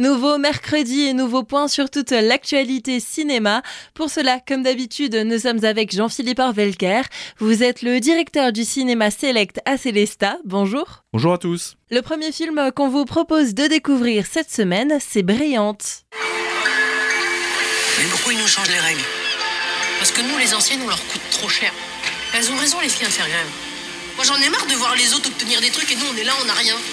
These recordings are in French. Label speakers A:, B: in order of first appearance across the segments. A: Nouveau mercredi et nouveau point sur toute l'actualité cinéma. Pour cela, comme d'habitude, nous sommes avec Jean-Philippe Orvelker. Vous êtes le directeur du cinéma Select à Célesta. Bonjour.
B: Bonjour à tous.
A: Le premier film qu'on vous propose de découvrir cette semaine, c'est Brillante.
C: Mais pourquoi ils nous changent les règles
D: Parce que nous, les anciennes, on leur coûte trop cher. Elles ont raison, les filles, à faire grève. Moi, j'en ai marre de voir les autres obtenir des trucs et nous, on est là, on n'a rien.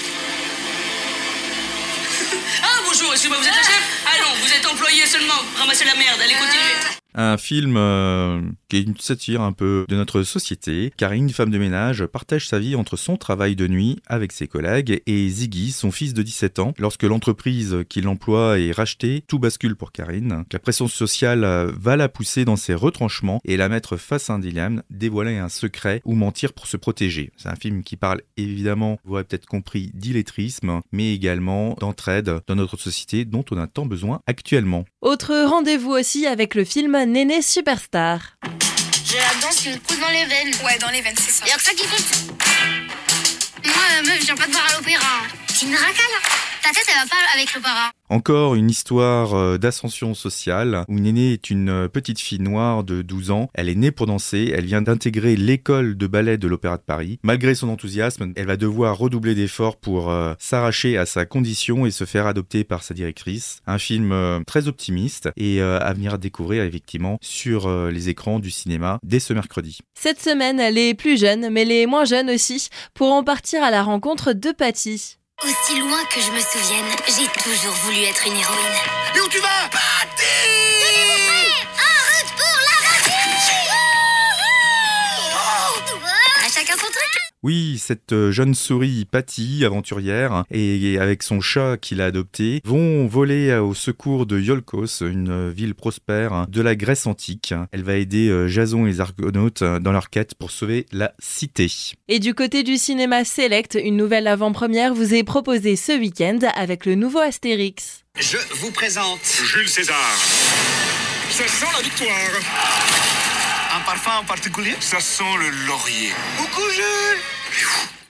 D: Ah, bonjour, excusez-moi, vous êtes le chef Ah non, vous êtes employé seulement. Ramassez la merde, allez, continuez.
B: Un film euh, qui est une satire un peu de notre société, car une femme de ménage partage sa vie entre son travail de nuit avec ses collègues et Ziggy, son fils de 17 ans. Lorsque l'entreprise qui l'emploie est rachetée, tout bascule pour Karine. La pression sociale euh, va la pousser dans ses retranchements et la mettre face à un dilemme, dévoiler un secret ou mentir pour se protéger. C'est un film qui parle évidemment, vous aurez peut-être compris, d'illettrisme, mais également d'entraide dans notre société dont on a tant besoin actuellement.
A: Autre rendez-vous aussi avec le film Néné Superstar.
E: J'ai la danse qui me coule dans les veines.
F: Ouais, dans les veines, c'est ça.
E: Y'a que ça qui compte. Moi, euh, meuf, je viens pas te voir à l'opéra. hein. T'es une racale. hein. Ta tête, elle va pas avec l'opéra.
B: Encore une histoire euh, d'ascension sociale où Néné est une euh, petite fille noire de 12 ans. Elle est née pour danser, elle vient d'intégrer l'école de ballet de l'Opéra de Paris. Malgré son enthousiasme, elle va devoir redoubler d'efforts pour euh, s'arracher à sa condition et se faire adopter par sa directrice. Un film euh, très optimiste et euh, à venir découvrir effectivement sur euh, les écrans du cinéma dès ce mercredi.
A: Cette semaine, les plus jeunes, mais les moins jeunes aussi, pourront partir à la rencontre de Patty.
E: Aussi loin que je me souvienne, j'ai toujours voulu être une héroïne.
C: Mais où tu vas Ah!
E: À chacun son truc.
B: Oui, cette euh, jeune souris Patty, aventurière, et avec son chat qu'il a adopté, vont voler euh, au secours de Iolkos, une euh, ville prospère de la Grèce antique. Elle va aider euh, Jason et les Argonautes euh, dans leur quête pour sauver la cité.
A: Et du côté du cinéma Select, une nouvelle avant-première vous est proposée ce week-end avec le nouveau Astérix.
C: Je vous présente
G: Jules César. Ça sent la victoire.
C: un parfum en particulier.
G: Ça sent le laurier.
C: Coucou Jules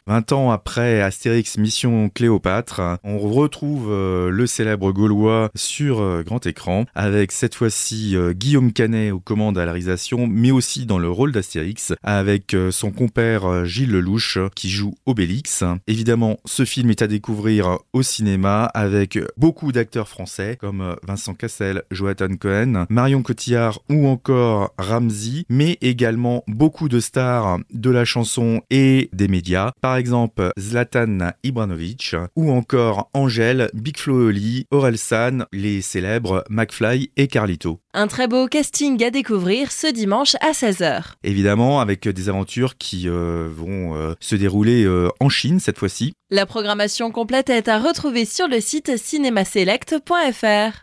B: 20 ans après Astérix Mission Cléopâtre, on retrouve euh, le célèbre Gaulois sur euh, grand écran, avec cette fois-ci euh, Guillaume Canet aux commandes à la réalisation, mais aussi dans le rôle d'Astérix, avec euh, son compère euh, Gilles Lelouch euh, qui joue Obélix. Évidemment, ce film est à découvrir au cinéma avec beaucoup d'acteurs français comme euh, Vincent Cassel, Joatan Cohen, Marion Cotillard ou encore Ramsey, mais également beaucoup de stars de la chanson et des médias, par exemple Zlatan Ibranovic ou encore Angèle, Big Flo et Oli, Orelsan, les célèbres McFly et Carlito.
A: Un très beau casting à découvrir ce dimanche à 16h.
B: Évidemment, avec des aventures qui euh, vont euh, se dérouler euh, en Chine cette fois-ci,
A: La programmation complète est à retrouver sur le site cinémaselect.fr.